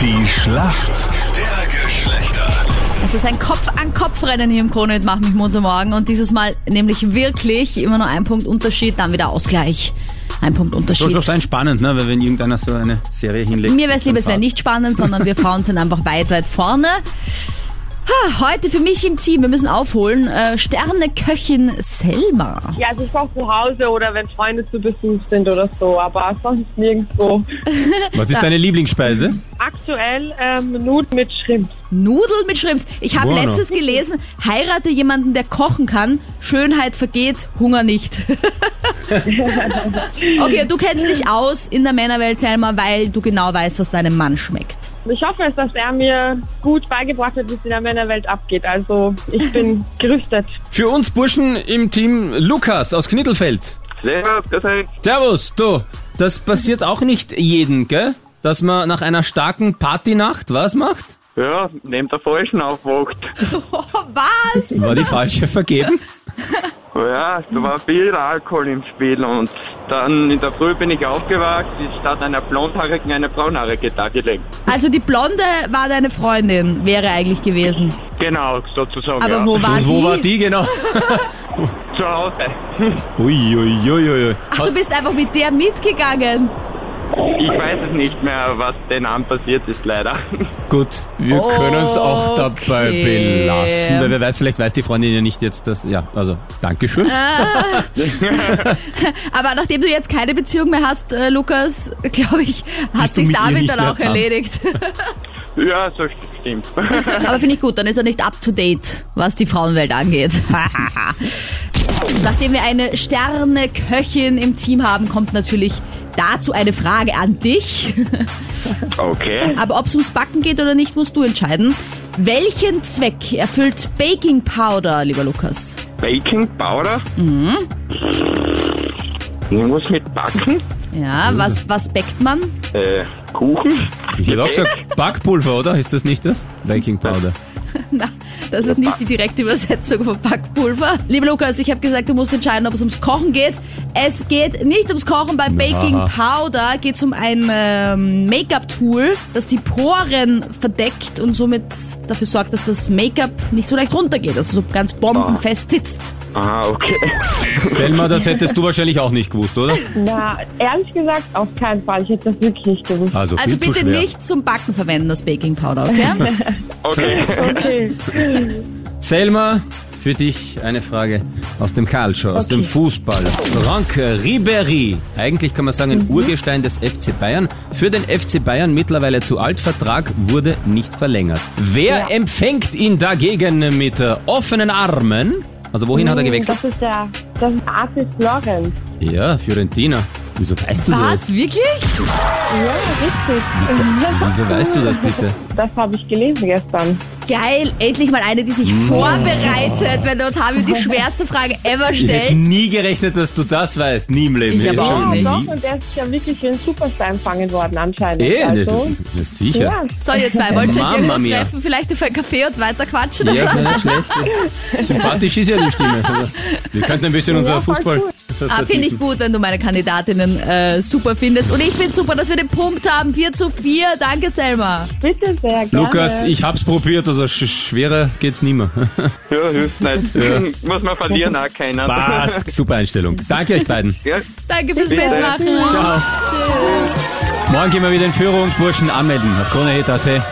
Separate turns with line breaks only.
Die Schlacht der Geschlechter.
Also Es ist ein Kopf-an-Kopf-Rennen hier im Krone und macht mich munter morgen. Und dieses Mal nämlich wirklich immer nur ein Punkt Unterschied, dann wieder Ausgleich. Ein Punkt
Soll
Unterschied.
es doch sein spannend, ne? weil wenn irgendeiner so eine Serie hinlegt.
Mir wäre es
dann
lieber, es wäre
fad.
nicht spannend, sondern wir Frauen sind einfach weit, weit vorne. Ha, Heute für mich im Team, wir müssen aufholen, äh, Sterneköchin Selma.
Ja, also ich brauche zu Hause oder wenn Freunde zu Besuch sind oder so, aber sonst nirgendwo.
Was ist deine Lieblingsspeise?
Aktuell ähm, Nudeln mit Schrimps.
Nudeln mit Schrimps. Ich habe
Buono.
letztes gelesen, heirate jemanden, der kochen kann, Schönheit vergeht, Hunger nicht. okay, du kennst dich aus in der Männerwelt, Selma, weil du genau weißt, was deinem Mann schmeckt.
Ich hoffe es, dass er mir gut beigebracht hat, wie es in der Männerwelt abgeht. Also ich bin gerüstet.
Für uns Burschen im Team Lukas aus Knittelfeld.
Servus, grüß euch.
Servus, du. Das passiert auch nicht jedem, gell? Dass man nach einer starken Partynacht was macht?
Ja, nehmt der Falschen aufwacht.
Oh, was?
War die falsche vergeben?
Ja, da war viel Alkohol im Spiel und dann in der Früh bin ich aufgewacht, ist statt einer blondhaarigen eine braunhaarige da gelegen.
Also die Blonde war deine Freundin, wäre eigentlich gewesen.
Genau, sozusagen.
Aber
ja.
wo war
Und
die?
wo war die genau?
Zu Hause.
Uiuiuiui.
Ach, du bist einfach mit der mitgegangen.
Ich weiß es nicht mehr, was den Abend passiert ist, leider.
Gut, wir können es auch dabei
Okay.
belassen, weil wer weiß, vielleicht weiß die Freundin ja nicht jetzt, dass. Ja, also, Dankeschön.
Äh. Aber nachdem du jetzt keine Beziehung mehr hast, äh, Lukas, glaube ich, hat
Bist du
sich's
mit ihr
damit
nicht
dann
mehr
auch
zusammen?
erledigt.
Ja, so stimmt.
Aber finde ich gut, dann ist er nicht up to date, was die Frauenwelt angeht. Nachdem wir eine Sterneköchin im Team haben, kommt natürlich dazu eine Frage an dich.
Okay.
Aber ob es ums Backen geht oder nicht, musst du entscheiden. Welchen Zweck erfüllt Baking Powder, lieber Lukas?
Baking Powder? Mhm. Irgendwas mit Backen?
Ja, was, was backt man?
Äh, Kuchen?
Ich hätte auch gesagt, Backpulver, oder? Ist das nicht das? Baking Powder.
Na, das ist nicht die direkte Übersetzung von Backpulver. Lieber Lukas, ich habe gesagt, du musst entscheiden, ob es ums Kochen geht. Es geht nicht ums Kochen. Bei Baking Powder geht es um ein ähm, Make-up-Tool, das die Poren verdeckt und somit dafür sorgt, dass das Make-up nicht so leicht runtergeht. Also so ganz bombenfest sitzt.
Ah, okay.
Selma, das hättest du wahrscheinlich auch nicht gewusst, oder?
Na, ehrlich gesagt, auf keinen Fall. Ich hätte das wirklich nicht gewusst.
Also,
Also
viel zu
bitte
schwer.
nicht zum Backen verwenden, das Baking Powder, okay?
Okay.
Okay.
Selma, für dich eine Frage aus dem Calcio, aus dem Fußball. Franck Ribery, eigentlich kann man sagen
Mhm.
ein Urgestein des FC Bayern, für den FC Bayern mittlerweile zu alt, Vertrag wurde nicht verlängert. Wer empfängt ihn dagegen mit äh, offenen Armen? Also wohin hat
Hm,
er gewechselt?
Das ist der, das ist Artis Lorenz.
Ja, Fiorentina. Wieso weißt du
Was? Wirklich?
Ja, richtig.
das? Wieso weißt du das bitte?
Das habe ich gelesen gestern.
Geil, endlich mal eine, die sich vorbereitet, wenn der Otavio die schwerste Frage ever
Ich hätte
stellt.
nie gerechnet, dass du das weißt. Nie im Leben.
Ich aber auch
Schon
Ja,
nicht.
doch,
nie.
und der ist ja wirklich wie ein Superstar empfangen worden anscheinend.
Eh, das ist-
also,
das ist sicher.
ja.
So, ihr zwei wollt euch
Mama
irgendwo
mia.
treffen, vielleicht auf einen Kaffee und weiter quatschen. Ah,
Ja, ist nicht schlecht. Sympathisch ist ja die Stimme. Also, Wir könnten ein bisschen unser
voll
Fußball.
Ah, Finde ich gut, wenn du meine Kandidatinnen äh, super findest. Und ich finde super, dass wir den Punkt haben. 4 zu 4. Danke, Selma.
Bitte sehr gerne.
Lukas, ich hab's probiert, also sch schwerer geht's nimmer.
Ja, hilft nicht. Muss man verlieren, auch keiner.
Passt, super Einstellung. Danke euch beiden.
Ja,
Danke fürs
Bitte.
Mitmachen.
Ciao. Morgen gehen wir wieder in Führung. Burschen anmelden auf KroneHit.at.